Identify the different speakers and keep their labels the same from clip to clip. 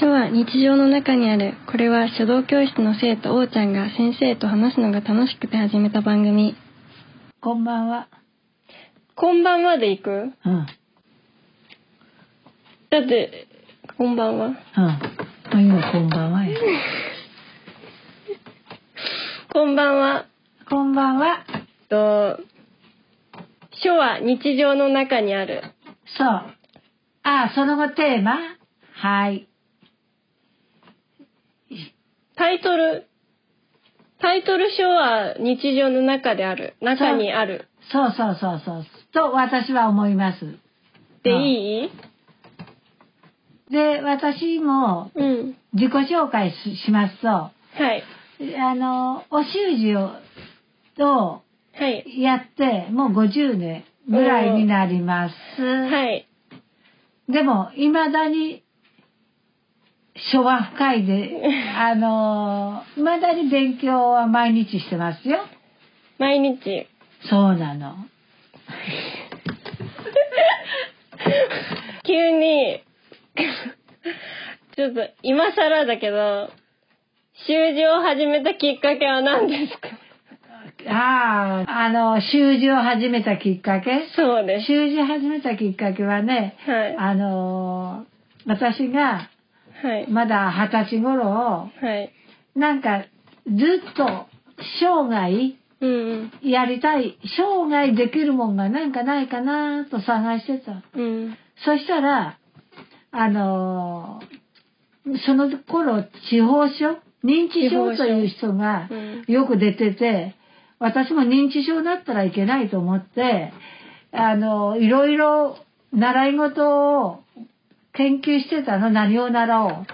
Speaker 1: 書は日常の中にあるこれは書道教室の生徒おーちゃんが先生と話すのが楽しくて始めた番組
Speaker 2: こんばんは。
Speaker 1: こんばんはで行く
Speaker 2: うん。うん。
Speaker 1: だってこんばんは
Speaker 2: あ、今こんばんはや。
Speaker 1: こんばんは
Speaker 2: こんばんは。
Speaker 1: と書は日常の中にある
Speaker 2: そう。あ、その後テーマはい。
Speaker 1: タイトルタイトル書は日常の中である中にある
Speaker 2: そうそうそうそう。と、私は思います。
Speaker 1: でいい
Speaker 2: で、私も
Speaker 1: うん
Speaker 2: 自己紹介ししますと、あ
Speaker 1: はい
Speaker 2: の、お習字を、と、
Speaker 1: はい
Speaker 2: やって、もう50年ぐらいになります。
Speaker 1: はい
Speaker 2: でも、未だに、書は深いで、あのー、未だに勉強は毎日してますよ。
Speaker 1: 毎日
Speaker 2: そうなの。
Speaker 1: 急にちょっと今更だけど習字を始めたきっかけは何ですか
Speaker 2: ああ、あの、習字を始めたきっかけ
Speaker 1: そうです
Speaker 2: 習字始めたきっかけはね、
Speaker 1: はい
Speaker 2: あのー、私
Speaker 1: は
Speaker 2: が
Speaker 1: い
Speaker 2: まだ二十歳
Speaker 1: は
Speaker 2: 頃、
Speaker 1: い
Speaker 2: なんかずっと生涯
Speaker 1: うんうん
Speaker 2: やりたい、生涯できるもんがなんかないかなと探してた。
Speaker 1: うん
Speaker 2: そしたら、あのーその頃、地方症認知症という人が
Speaker 1: うん
Speaker 2: よく出てて、私も認知症だったらいけないと思って、あのーいろいろ習い事を研究してたの、何を習おう。
Speaker 1: は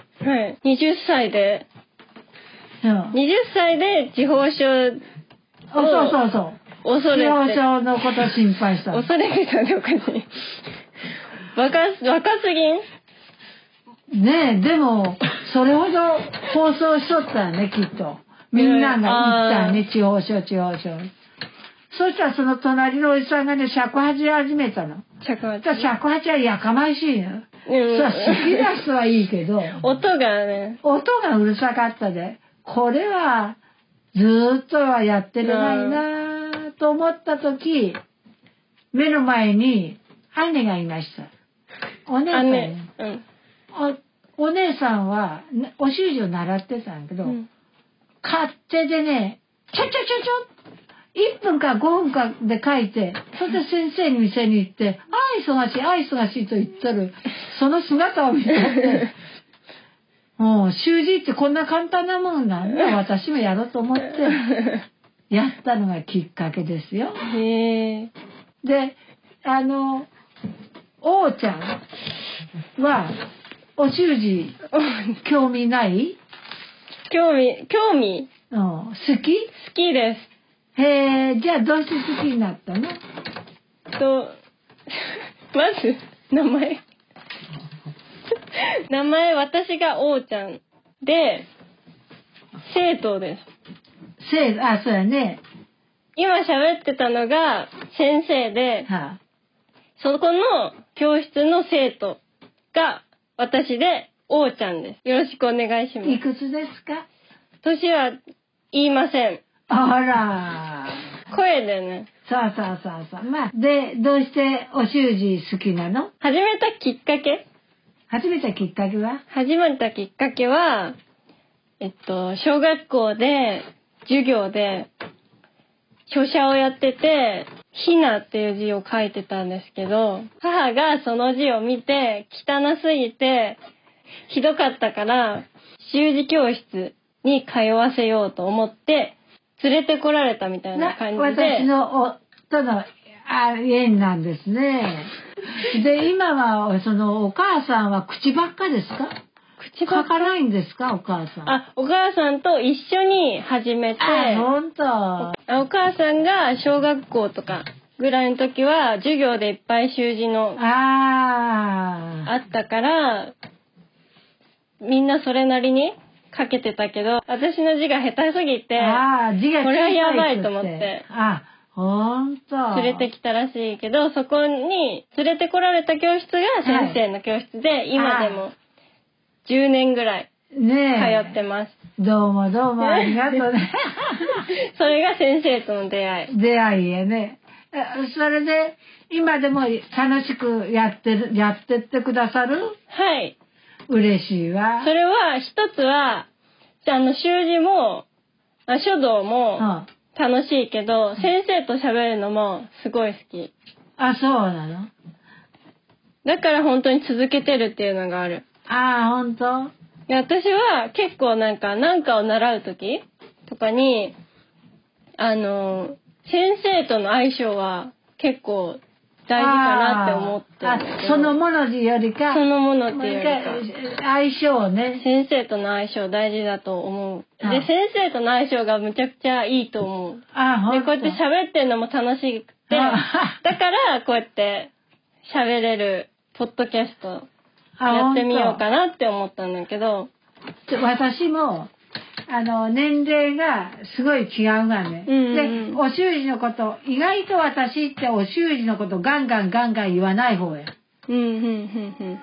Speaker 1: い20歳で
Speaker 2: うん
Speaker 1: 20歳で地方症
Speaker 2: そうそうそう。
Speaker 1: 恐
Speaker 2: 地
Speaker 1: れ
Speaker 2: 方
Speaker 1: て
Speaker 2: 症のこと心配したの。
Speaker 1: 恐れてたねおかしい若若すぎん
Speaker 2: ねえ、でも、それほど放送しとったよね、きっと。みんなが言ったよね、地方省、地方省。そしたらその隣のおじさんがね、尺八始めたの。
Speaker 1: 尺八
Speaker 2: だから尺八はやかましいの。そりゃ好きな人はいいけ ど、
Speaker 1: 音がね
Speaker 2: 音がうるさかったで、これはずーっとはやってれないなぁと思った時、目の前に姉がいました。お姉さんね。
Speaker 1: 姉うん
Speaker 2: あお姉さんはなお習字を習ってたんやけど、
Speaker 1: うん
Speaker 2: 勝手でねちょちょちょちょ1分か5分かで書いてそれで先生に店に行って「ああ忙しいああ忙しい」と言っとるその姿を見 たって。もう習字ってこんな簡単なもんなんだ私もやろうと思って やったのがきっかけですよ。
Speaker 1: へえ
Speaker 2: であの王ちゃんはお習字興味ない、
Speaker 1: 興味興味
Speaker 2: うん、好き
Speaker 1: 好きで
Speaker 2: へえじゃあどうして好きになったの
Speaker 1: すと まず名前 名前私がおうちゃんで生徒です
Speaker 2: せいあそうやね
Speaker 1: 今喋ってたのが先生で
Speaker 2: は
Speaker 1: そこの教室の生徒が私で、おうちゃんです。よろしくお願いし
Speaker 2: あ
Speaker 1: ま
Speaker 2: いくつですか
Speaker 1: す。年は言いません。
Speaker 2: あら
Speaker 1: 声でね、
Speaker 2: そうそうそうそうまあでどうしてお習字好きなの
Speaker 1: 始めたきっかけ
Speaker 2: 始めたきっかけは
Speaker 1: 始めたきっかけは、えっと、小学校で、授業で、書写をやってて、ひなっていう字を書いてたんですけど、母がその字を見て、汚すぎて、ひどかったから、習字教室に通わせようと思って、連れてこられたみたいな感じで
Speaker 2: 私、のおとのあ縁なんですね。で今はそのお母さんは口ばっかですか？
Speaker 1: 口ば
Speaker 2: 書
Speaker 1: っか
Speaker 2: かないんですかお母さん？
Speaker 1: あ、お母さんと一緒に始めて、
Speaker 2: 本当。
Speaker 1: お母さんが小学校とかぐらいの時は授業でいっぱい習字のあ
Speaker 2: ああ。
Speaker 1: ったからみんなそれなりにかけてたけど私の字が下手すぎて
Speaker 2: ああ字が小さい
Speaker 1: これはやばいと思って
Speaker 2: あ本当。
Speaker 1: 連れてきたらしいけどそこに連れてこられた教室が先生の教室で今でも10年ぐらい通
Speaker 2: ねえ。
Speaker 1: ってます。
Speaker 2: どうもどうもありがと うね。
Speaker 1: それが先生との出会い。
Speaker 2: 出会いへね。えそれで、今でも楽しくやってる、やってってくださる
Speaker 1: はい。
Speaker 2: 嬉しいわ。
Speaker 1: それは、一つは、じゃあ、あの、習字も、あ書道
Speaker 2: うん。
Speaker 1: も
Speaker 2: あ、
Speaker 1: 楽しいけど、先生と喋るのもすごい好き。
Speaker 2: そうなの
Speaker 1: だから本当に続けてるっていうのがある。
Speaker 2: ああ、ほんと
Speaker 1: で私は結構なんか何かを習う時とかにあの先生との相性は結構大事かなって思ってるんだ
Speaker 2: あ
Speaker 1: け
Speaker 2: あ
Speaker 1: ど
Speaker 2: そのものよりか、
Speaker 1: そのものっ
Speaker 2: もう
Speaker 1: ていう
Speaker 2: 一
Speaker 1: よりか
Speaker 2: 回相性をね。
Speaker 1: 先生との相性大事だと思う
Speaker 2: あ
Speaker 1: で先生との相性がむちゃくちゃいいと思うで
Speaker 2: ああ、ほん。
Speaker 1: ことうやって喋ってるのも楽しくてだ
Speaker 2: あ
Speaker 1: からこうやって喋れるポッドキャストやってみようかなって思ったんだけど
Speaker 2: 私も、あの、年齢がすごい違うがね。
Speaker 1: うんうん
Speaker 2: で、お習字のこと、意外と私ってお習字のことガンガンガンガン言わない方や。
Speaker 1: うんうんうん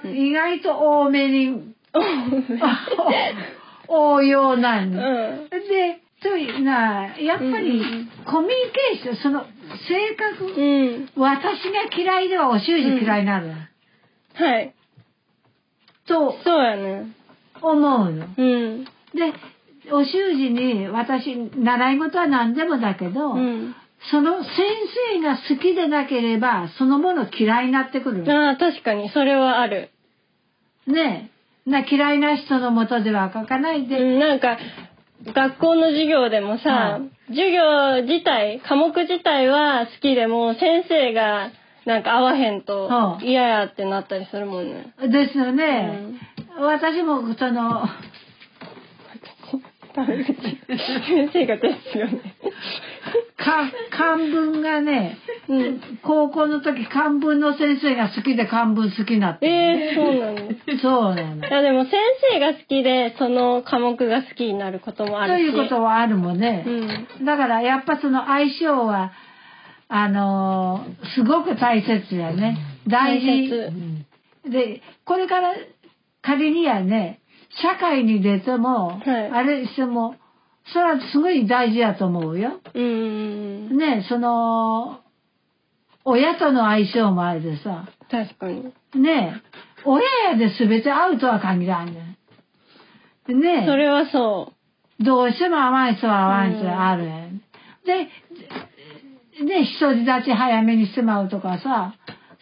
Speaker 1: うんうん
Speaker 2: 意外と多め に、 応用なんで。
Speaker 1: う
Speaker 2: で、というな、やっぱ
Speaker 1: うんう
Speaker 2: り
Speaker 1: んうん
Speaker 2: コミュニケーション、その性格、
Speaker 1: ん。
Speaker 2: 私が嫌いではお習字嫌いになる。
Speaker 1: はい。
Speaker 2: と
Speaker 1: そうやね。
Speaker 2: 思う
Speaker 1: う
Speaker 2: の。
Speaker 1: ん。
Speaker 2: で、お習字に私、習い事は何でもだけど、
Speaker 1: うん。
Speaker 2: その先生が好きでなければ、そのもの嫌いになってくる。
Speaker 1: ああ、確かに、それはある。
Speaker 2: ねえ。な嫌いな人のもとでは書かないうで。
Speaker 1: ん、なんか、学校の授業でもさ
Speaker 2: は、
Speaker 1: 授業自体、科目自体は好きでも、先生が、なんか合わへんと
Speaker 2: は、あ
Speaker 1: 嫌やってなったりするもんね。
Speaker 2: ですよ
Speaker 1: う
Speaker 2: ね。
Speaker 1: ん。
Speaker 2: 私も、その、
Speaker 1: ダメ口先生がですよね。
Speaker 2: か、漢文がね、
Speaker 1: うん。
Speaker 2: 高校の時漢文の先生が好きで漢文好きになって。
Speaker 1: ええそうなの。
Speaker 2: そうなの
Speaker 1: い。やでも先生が好きで、その科目が好きになることもあ
Speaker 2: と
Speaker 1: る
Speaker 2: い
Speaker 1: し。
Speaker 2: うことはあるもんね。
Speaker 1: うん。
Speaker 2: だからやっぱその相性は、あのーすごく大切やね。大事。
Speaker 1: 大
Speaker 2: で、これから仮にやね、社会に出て
Speaker 1: は
Speaker 2: も、
Speaker 1: い
Speaker 2: あれしても、それはすごい大事やと思うよ。
Speaker 1: うんうんうん。
Speaker 2: ね、その、親との相性もあれでさ、
Speaker 1: 確かに。
Speaker 2: ね、親やで全て合うとは限らんねん。ね。
Speaker 1: それはそ
Speaker 2: どうしても甘い人は甘い人はあるやん。で、ね、人立ち早めにしてまうとかさ、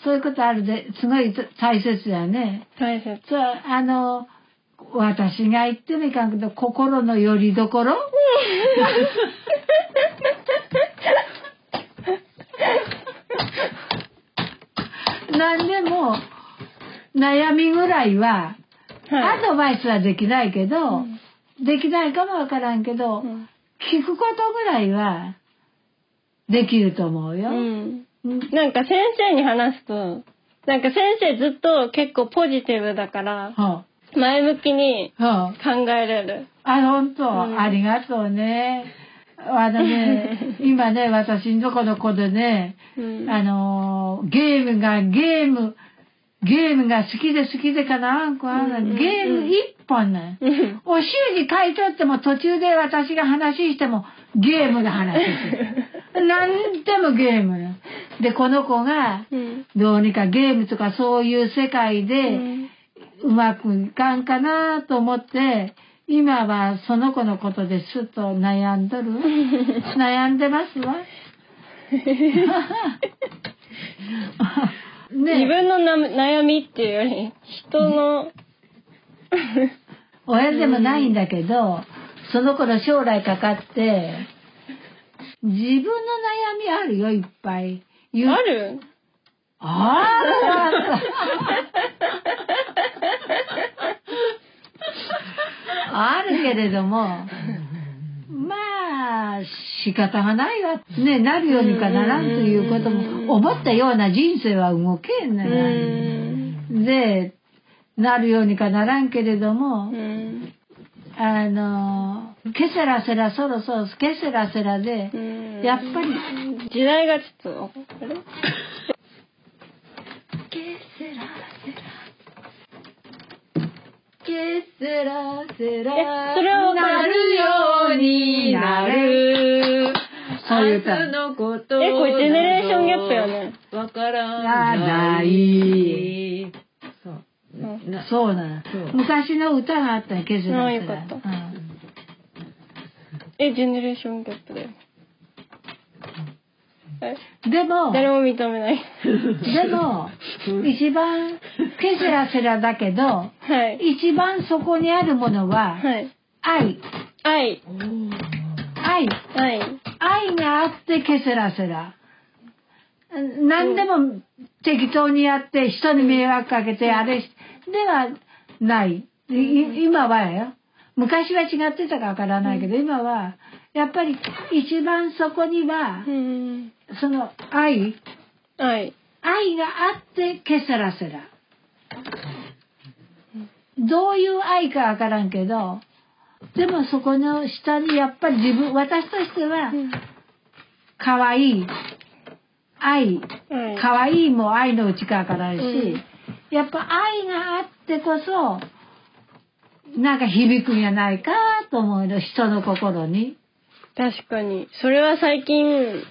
Speaker 2: そういうことあるで、すごい大切だよね。
Speaker 1: う。大切。
Speaker 2: そう、あの、私が言ってもいかんけど、心の拠り所 なんでも、悩みぐらいは、
Speaker 1: はい。
Speaker 2: アドバイスはできないけど、
Speaker 1: うん
Speaker 2: できないかもわからんけど、
Speaker 1: うん
Speaker 2: 聞くことぐらいはできると思うよ。
Speaker 1: うん。
Speaker 2: うん
Speaker 1: なんか先生に話すと、なんか先生ずっと結構ポジティブだから、
Speaker 2: は
Speaker 1: 前向きに
Speaker 2: あはあ
Speaker 1: 考えれる。
Speaker 2: あ、本当、
Speaker 1: うん
Speaker 2: ありがとうね。あの ね、今ね、私のとこの子でね、
Speaker 1: うん。
Speaker 2: あのーゲームが、ゲーム、ゲームが好きで好きでかな、こうあの
Speaker 1: うんうんうん
Speaker 2: ゲーム一本ね。
Speaker 1: うん
Speaker 2: お習字書いとっても途中で私が話してもゲームの 話する。なんでもゲームよで、この子が
Speaker 1: うん。
Speaker 2: どうにかゲームとかそういう世界
Speaker 1: う
Speaker 2: で、
Speaker 1: ん
Speaker 2: うまくいかんかなと思って、今はその子のことでちょっと悩んどる。悩んでますわ。
Speaker 1: 自
Speaker 2: ねえ、
Speaker 1: 分のな悩みっていうより、人の、
Speaker 2: 親でもないんだけど、その子の将来かかって、自分の悩みあるよ、いっぱい。言う
Speaker 1: ある
Speaker 2: あああるけれども、まあ、仕方がないわ。ね、なるようにかならんということも、思ったような人生は動けん
Speaker 1: う
Speaker 2: なら。
Speaker 1: ん。
Speaker 2: で、なるようにかならんけれども、
Speaker 1: うん。
Speaker 2: あの、ケセラセラそろそろケセラセラで
Speaker 1: う、ん
Speaker 2: やっぱり、
Speaker 1: 時代がちょっと、あれ
Speaker 2: ケセラセラ。ケけセラセ
Speaker 1: え
Speaker 2: ラ
Speaker 1: それはわか
Speaker 2: な
Speaker 1: る
Speaker 2: るようになる
Speaker 3: そういう歌
Speaker 2: 明日のこと
Speaker 1: えこれジェネレーションギャップよね
Speaker 3: わから
Speaker 2: な
Speaker 3: ないい。
Speaker 2: そう
Speaker 1: うん
Speaker 3: な
Speaker 2: そうな
Speaker 3: そう
Speaker 2: の昔の歌があったよケセラセラ
Speaker 1: あよかった
Speaker 2: うん
Speaker 1: えジェネレーションギャップだよえ
Speaker 2: でも、
Speaker 1: 誰も認めない
Speaker 2: でも、一番、ケセラセラだけど、
Speaker 1: はい
Speaker 2: 一番そこにあるものは、
Speaker 1: はい
Speaker 2: 愛。
Speaker 1: 愛
Speaker 2: 愛。
Speaker 1: 愛
Speaker 2: 愛があってケセラセラ。うん何でも適当にやって、人に迷惑かけて、あれし、ではない。いい今はよ。昔は違ってたかわからないけど、今は、やっぱり一番そこには
Speaker 1: う、ん
Speaker 2: その愛、
Speaker 1: 愛
Speaker 2: 愛があってケセラセラどういう愛かわからんけどでもそこの下にやっぱり自分私としては
Speaker 1: うん
Speaker 2: 可愛い愛
Speaker 1: 愛
Speaker 2: 可愛いも愛のうちかわからんし、
Speaker 1: うん
Speaker 2: やっぱ愛があってこそなんか響くんじゃないかと思うの人の心に
Speaker 1: 確かにそれは最近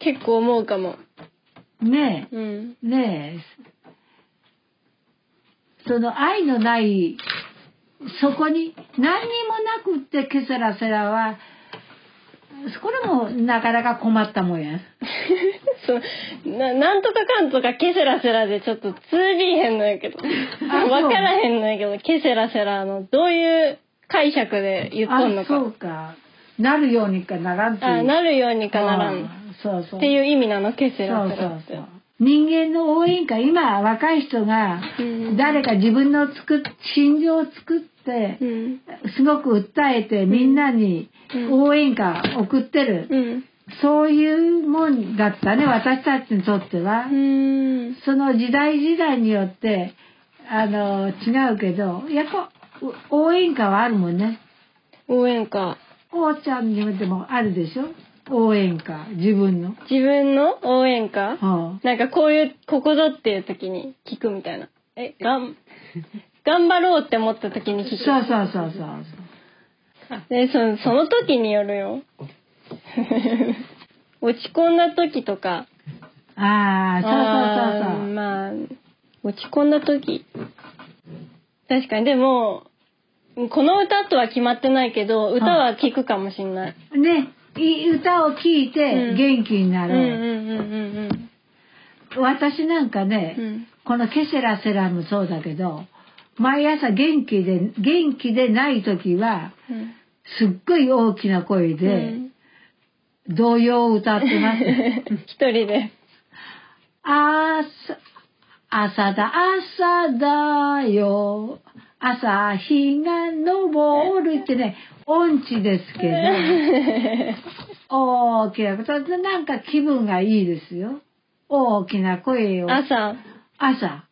Speaker 1: 結構思うかも
Speaker 2: ねえ
Speaker 1: うん
Speaker 2: ねえ、その愛のない、そこに何にもなくってケセラセラは、これもなかなか困ったもんや。
Speaker 1: そうななんとかかんとかケセラセラでちょっと通じへんのやけ ど
Speaker 2: そう
Speaker 1: わからへんのやけどケセラセラのどういう解釈で言っとんの
Speaker 2: あ、
Speaker 1: か
Speaker 2: そうか。なるようにかならんっていう。
Speaker 1: あなるようにかならん
Speaker 2: ああそうそう。
Speaker 1: っていう意味なのケセ
Speaker 2: そ
Speaker 1: ラ
Speaker 2: うそ
Speaker 1: セラっ
Speaker 2: う
Speaker 1: て
Speaker 2: そう。人間の応援歌、今若い人が
Speaker 1: うん
Speaker 2: 誰か自分の作っ、心情を作って、
Speaker 1: うん
Speaker 2: すごく訴えてみんなに
Speaker 1: うん
Speaker 2: 応援歌送ってる。
Speaker 1: うん
Speaker 2: そういうもんだったね、私たちにとっては。
Speaker 1: うん
Speaker 2: その時代時代によって、あの、違うけど、やっぱ、お応援歌はあるもんね。
Speaker 1: 応援歌
Speaker 2: おーちゃんにもでもあるでしょ応援歌、自分の。
Speaker 1: 自分の応援歌
Speaker 2: は
Speaker 1: なんかこういうここぞっていう時に聞くみたいなえがん 頑張ろうって思った時に
Speaker 2: あ、そう
Speaker 1: 聞く
Speaker 2: そうそうそう。
Speaker 1: でそのその時による よ落ち込んだ時とか
Speaker 2: ああ、そう
Speaker 1: あー
Speaker 2: そうそうそう。
Speaker 1: まあ落ち込んだ時確かにでもこの歌とは決まってないけど歌は聴くかもしんない、
Speaker 2: ね、いい歌を聴いて
Speaker 1: うん
Speaker 2: 元気にな
Speaker 1: うん
Speaker 2: る。
Speaker 1: うんうんうん
Speaker 2: 私なんかね、
Speaker 1: うん
Speaker 2: このケセラセラもそうだけど、毎朝元気で、元気でない時は、
Speaker 1: うん
Speaker 2: すっごい大きな声
Speaker 1: う
Speaker 2: で、
Speaker 1: ん
Speaker 2: 童謡を歌って ます。
Speaker 1: 一人で
Speaker 2: 朝、朝だ、朝だよ。朝日が昇るってね、音痴ですけど、大きなことで、なんか気分がいいですよ。大きな声を。
Speaker 1: 朝
Speaker 2: 朝。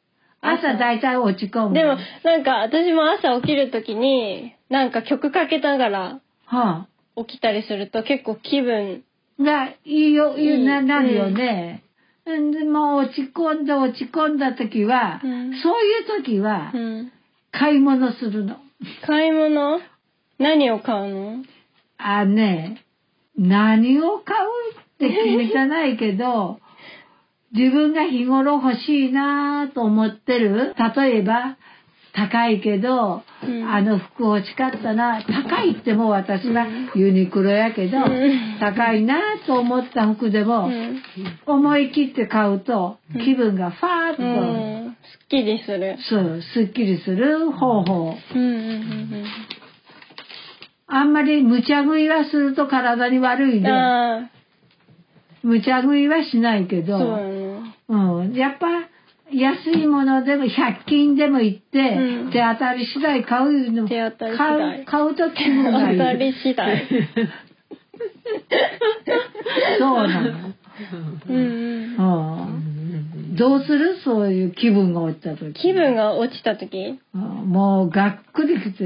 Speaker 2: 朝だいたい落ち込む。
Speaker 1: でもなんか私も朝起きる時になんか曲かけながら
Speaker 2: はあ、
Speaker 1: 起きたりすると結構気分
Speaker 2: が、いいよ、いいよな、
Speaker 1: うん
Speaker 2: なるよね。うん、でも落ち込んだ、落ち込んだ時は、
Speaker 1: うん
Speaker 2: そういう時は
Speaker 1: う、ん
Speaker 2: 買い物するの。
Speaker 1: 買い物何を買うの
Speaker 2: あね、何を買うって決めてないけど、自分が日頃欲しいなと思ってる。例えば、高いけど、
Speaker 1: うん
Speaker 2: あの服欲しかったな。高いってもう私はユニクロやけど、
Speaker 1: うん
Speaker 2: 高いなと思った服で
Speaker 1: う
Speaker 2: も、
Speaker 1: ん、
Speaker 2: 思い切って買うと
Speaker 1: うん
Speaker 2: 気分がファーッと、
Speaker 1: うん、すっきりする
Speaker 2: そうすっきりする方法
Speaker 1: うんうん
Speaker 2: あんまり無茶食いはすると体に悪
Speaker 1: う
Speaker 2: い
Speaker 1: ん
Speaker 2: で
Speaker 1: ああ
Speaker 2: 無茶食いはしないけ
Speaker 1: そう だ
Speaker 2: ど
Speaker 1: ね
Speaker 2: う、ん、やっぱ安いものでも100均でも行って、
Speaker 1: うん
Speaker 2: 手当たり次第買うの
Speaker 1: 手当たり次
Speaker 2: 買う
Speaker 1: 第
Speaker 2: 買うと気分
Speaker 1: 当
Speaker 2: がいい
Speaker 1: たり次第
Speaker 2: そうな
Speaker 1: うんうん
Speaker 2: の、うん、どうするそういう気分が落ちた時
Speaker 1: 気分が落ちた時
Speaker 2: うんもうがっくりきて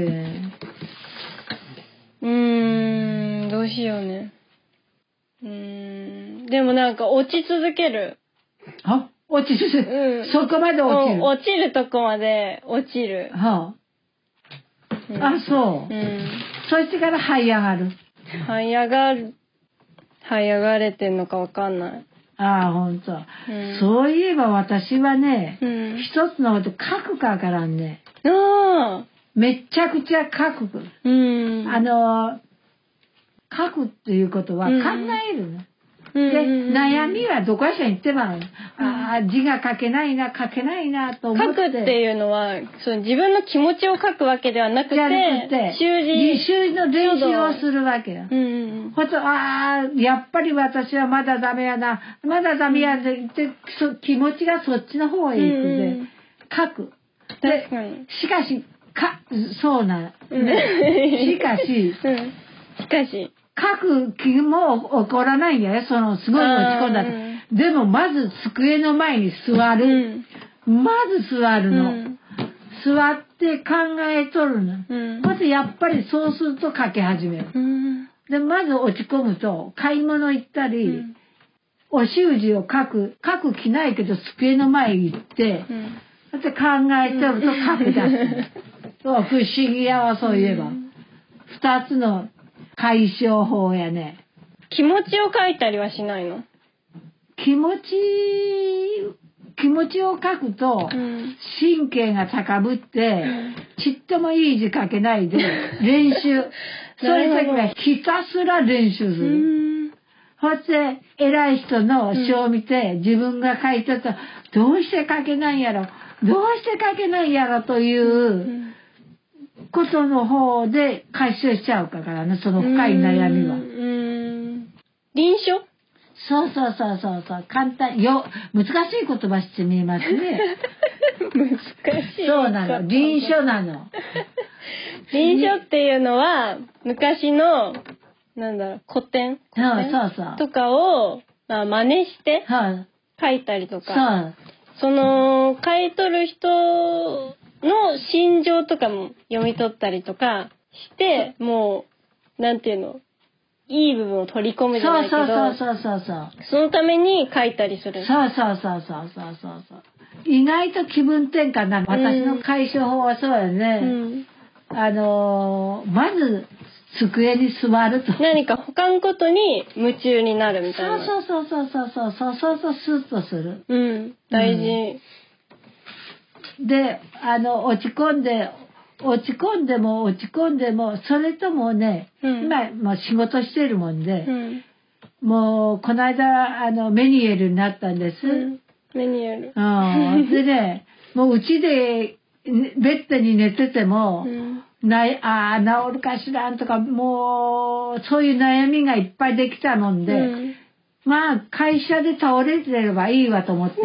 Speaker 1: うーんどうしようねうーんでもなんか落ち続ける
Speaker 2: あ落ちる、
Speaker 1: うん
Speaker 2: そこまで落ちる、
Speaker 1: うん落ちるとこまで落ちる
Speaker 2: は
Speaker 1: うん
Speaker 2: あ、そうう。
Speaker 1: ん。
Speaker 2: そしてから這い上がる。
Speaker 1: 這い上がる、這い上がれてんのかわかんない。
Speaker 2: ああ、ほんと。
Speaker 1: うん
Speaker 2: そういえば私はね
Speaker 1: う、ん。
Speaker 2: 一つのこと書くかわからんね。
Speaker 1: ああ
Speaker 2: めっちゃくちゃ書く。
Speaker 1: うん。
Speaker 2: あの、書くっていうことは考
Speaker 1: うん
Speaker 2: えるの。
Speaker 1: うん
Speaker 2: で、
Speaker 1: うん
Speaker 2: 悩みはどこかしらに行ってまうの。ああ、字が書けないな、書けないな、と思
Speaker 1: 書
Speaker 2: っ
Speaker 1: く
Speaker 2: て。
Speaker 1: っていうのは、その自分の気持ちを書くわけではなくて、
Speaker 2: じゃなくて、
Speaker 1: 習
Speaker 2: 自
Speaker 1: 字。
Speaker 2: 習の練習をするわけよ。
Speaker 1: うんうん
Speaker 2: ほんと、ああ、やっぱり私はまだダメやな、まだダメやでって、そ気持ちがそっちの方
Speaker 1: う
Speaker 2: へ
Speaker 1: ん。
Speaker 2: 行く
Speaker 1: うん
Speaker 2: で、
Speaker 1: うん
Speaker 2: 書く。
Speaker 1: 確かに。
Speaker 2: しかし、か、そうな、
Speaker 1: うん
Speaker 2: ね、しかし、
Speaker 1: うん。しかし。
Speaker 2: 書く気も起こらないんだよ。その、すごい落ち込んだと
Speaker 1: あー。
Speaker 2: でも、まず机の前に座
Speaker 1: う
Speaker 2: る。
Speaker 1: ん。
Speaker 2: まず座
Speaker 1: う
Speaker 2: るの。
Speaker 1: ん。
Speaker 2: 座って考えとるの。
Speaker 1: うん
Speaker 2: まずやっぱりそうすると書き始める。
Speaker 1: うん。
Speaker 2: で、まず落ち込むと、買い物行ったり、
Speaker 1: うん
Speaker 2: お習字を書く、書く気ないけど机の前に行って、
Speaker 1: うん
Speaker 2: だって考えてると書くだけ。 そう、不思議やわ、そういえば。二つの解消法やね。
Speaker 1: 気持ちを書いたりはしないの。
Speaker 2: 気持ち、気持ちを書くと
Speaker 1: う、ん。
Speaker 2: 神経が高ぶって、ちっともいい字書けないで、練習。そ
Speaker 1: なるほど
Speaker 2: れだけはひたすら練習す
Speaker 1: う
Speaker 2: る。
Speaker 1: ん。
Speaker 2: そして、偉い人の書を見て、自分が書いたと、どうして書けないやろ、どうして書けないやろということの方で解消しちゃうからね、その深い悩みは
Speaker 1: う。ん。臨書
Speaker 2: そうそうそうそうそう、簡単、よ、難しい言葉してみますね。
Speaker 1: 難 しい。
Speaker 2: そうなの、臨書なの。
Speaker 1: 臨書っていうのは昔のなんだろう古典
Speaker 2: そう
Speaker 1: 古典
Speaker 2: そうそう。
Speaker 1: とかを、まあ、真似して
Speaker 2: はい、
Speaker 1: 書いたりと
Speaker 2: そ
Speaker 1: か
Speaker 2: う。
Speaker 1: その書いとる人の心情とかも読み取ったりとかしてもうなんていうのいい部分を取り込
Speaker 2: そ
Speaker 1: む
Speaker 2: う
Speaker 1: じゃないけど
Speaker 2: そうそうそうそうそう。
Speaker 1: そのために書いたりする。
Speaker 2: そうそうそうそうそうそうそう。意外と気分転換なの。私の解消法はそうだ
Speaker 1: う
Speaker 2: ね。
Speaker 1: ん、
Speaker 2: あのーまず、机に座ると。
Speaker 1: 何か他のことに夢中になるみたいな。
Speaker 2: そうそうそうそうそうそうそうそうスッとする。
Speaker 1: うん、大事。
Speaker 2: で、あの、落ち込んで、落ち込んでも落ち込んでも、それともね、
Speaker 1: うん
Speaker 2: 今、もう仕事してるもんで、
Speaker 1: うん。
Speaker 2: もう、この間、あの、メニエルになったんです。
Speaker 1: うん、メニュール。
Speaker 2: うん。でね、もううちで、ねベッドに寝てても、
Speaker 1: うん
Speaker 2: ない、ああ、治るかしらんとか、もう、そういう悩みがいっぱいできたもんで、
Speaker 1: うん
Speaker 2: まあ、会社で倒れてればいいわと思って、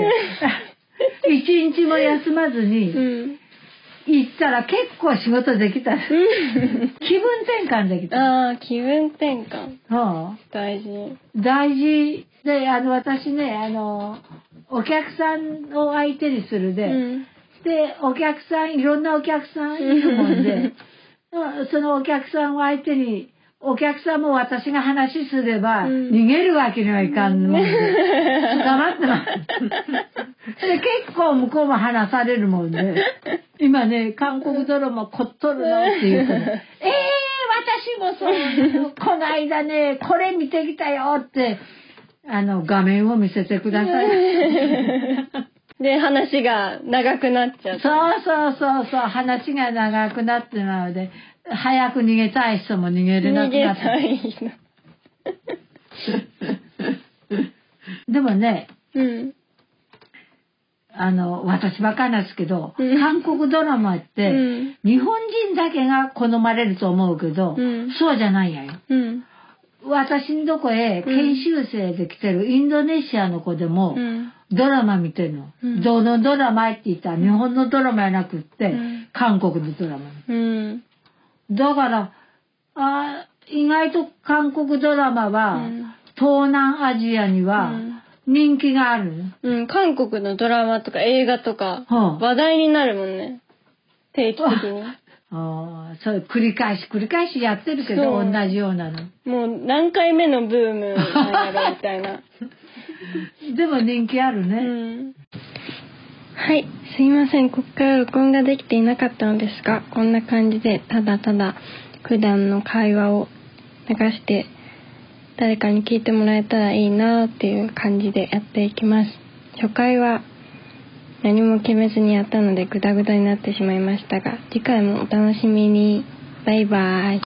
Speaker 2: 一日も休まず
Speaker 1: う
Speaker 2: に、
Speaker 1: ん
Speaker 2: 行ったら結構仕事できた。気分転換できた。
Speaker 1: ああ、気分転換。
Speaker 2: うん
Speaker 1: 大事。
Speaker 2: 大事で、あの、私ね、あの、お客さんを相手にするで、
Speaker 1: うん。
Speaker 2: で、お客さん、いろんなお客さんいるもんで、うんそのお客さんを相手に、お客さんも私が話すれば、
Speaker 1: うん
Speaker 2: 逃げるわけにはいかんもんで、黙ってます。で、結構向こうも話されるもんで、今ね、韓国ドラマこっとるのって言うから、えー、私もそう、この間ね、これ見てきたよって、あの、画面を見せてください。
Speaker 1: で、話が長くなっちゃう。
Speaker 2: そうそうそうそう、話が長くなってなので、早く逃げたい人も逃げれな
Speaker 1: 逃
Speaker 2: く
Speaker 1: げ
Speaker 2: なった
Speaker 1: いの。
Speaker 2: た。でもね、
Speaker 1: うん。
Speaker 2: あの、私ばっかりなんですけど、
Speaker 1: うん
Speaker 2: 韓国ドラマって、
Speaker 1: うん
Speaker 2: 日本人だけが好まれると思うけど、
Speaker 1: うん
Speaker 2: そうじゃないやよ。
Speaker 1: うん。
Speaker 2: 私のとこへ研修生で来てるインドネシアの子でも、
Speaker 1: うん。
Speaker 2: ドラマ見てるの。
Speaker 1: うん
Speaker 2: どのドラマって言ったら日本のドラマやなくって、
Speaker 1: うん
Speaker 2: 韓国のドラマ。
Speaker 1: うん。
Speaker 2: だから、あー意外と韓国ドラマは、
Speaker 1: うん
Speaker 2: 東南アジアには
Speaker 1: うん
Speaker 2: 人気がある。
Speaker 1: うん。韓国のドラマとか映画とか、
Speaker 2: はあ
Speaker 1: 話題になるもんね。定期的に。
Speaker 2: あーそう繰り返し繰り返しやってるけど、
Speaker 1: そう
Speaker 2: 同じようなの。
Speaker 1: もう何回目のブームなんやろみたいな。
Speaker 2: でも人気ある
Speaker 1: う
Speaker 2: ね。
Speaker 1: ん。はい、すいません。ここから録音ができていなかったのですが、こんな感じでただただ普段の会話を流して誰かに聞いてもらえたらいいなっていう感じでやっていきます。初回は何も決めずにやったのでグダグダになってしまいましたが、次回もお楽しみに。バイバイ。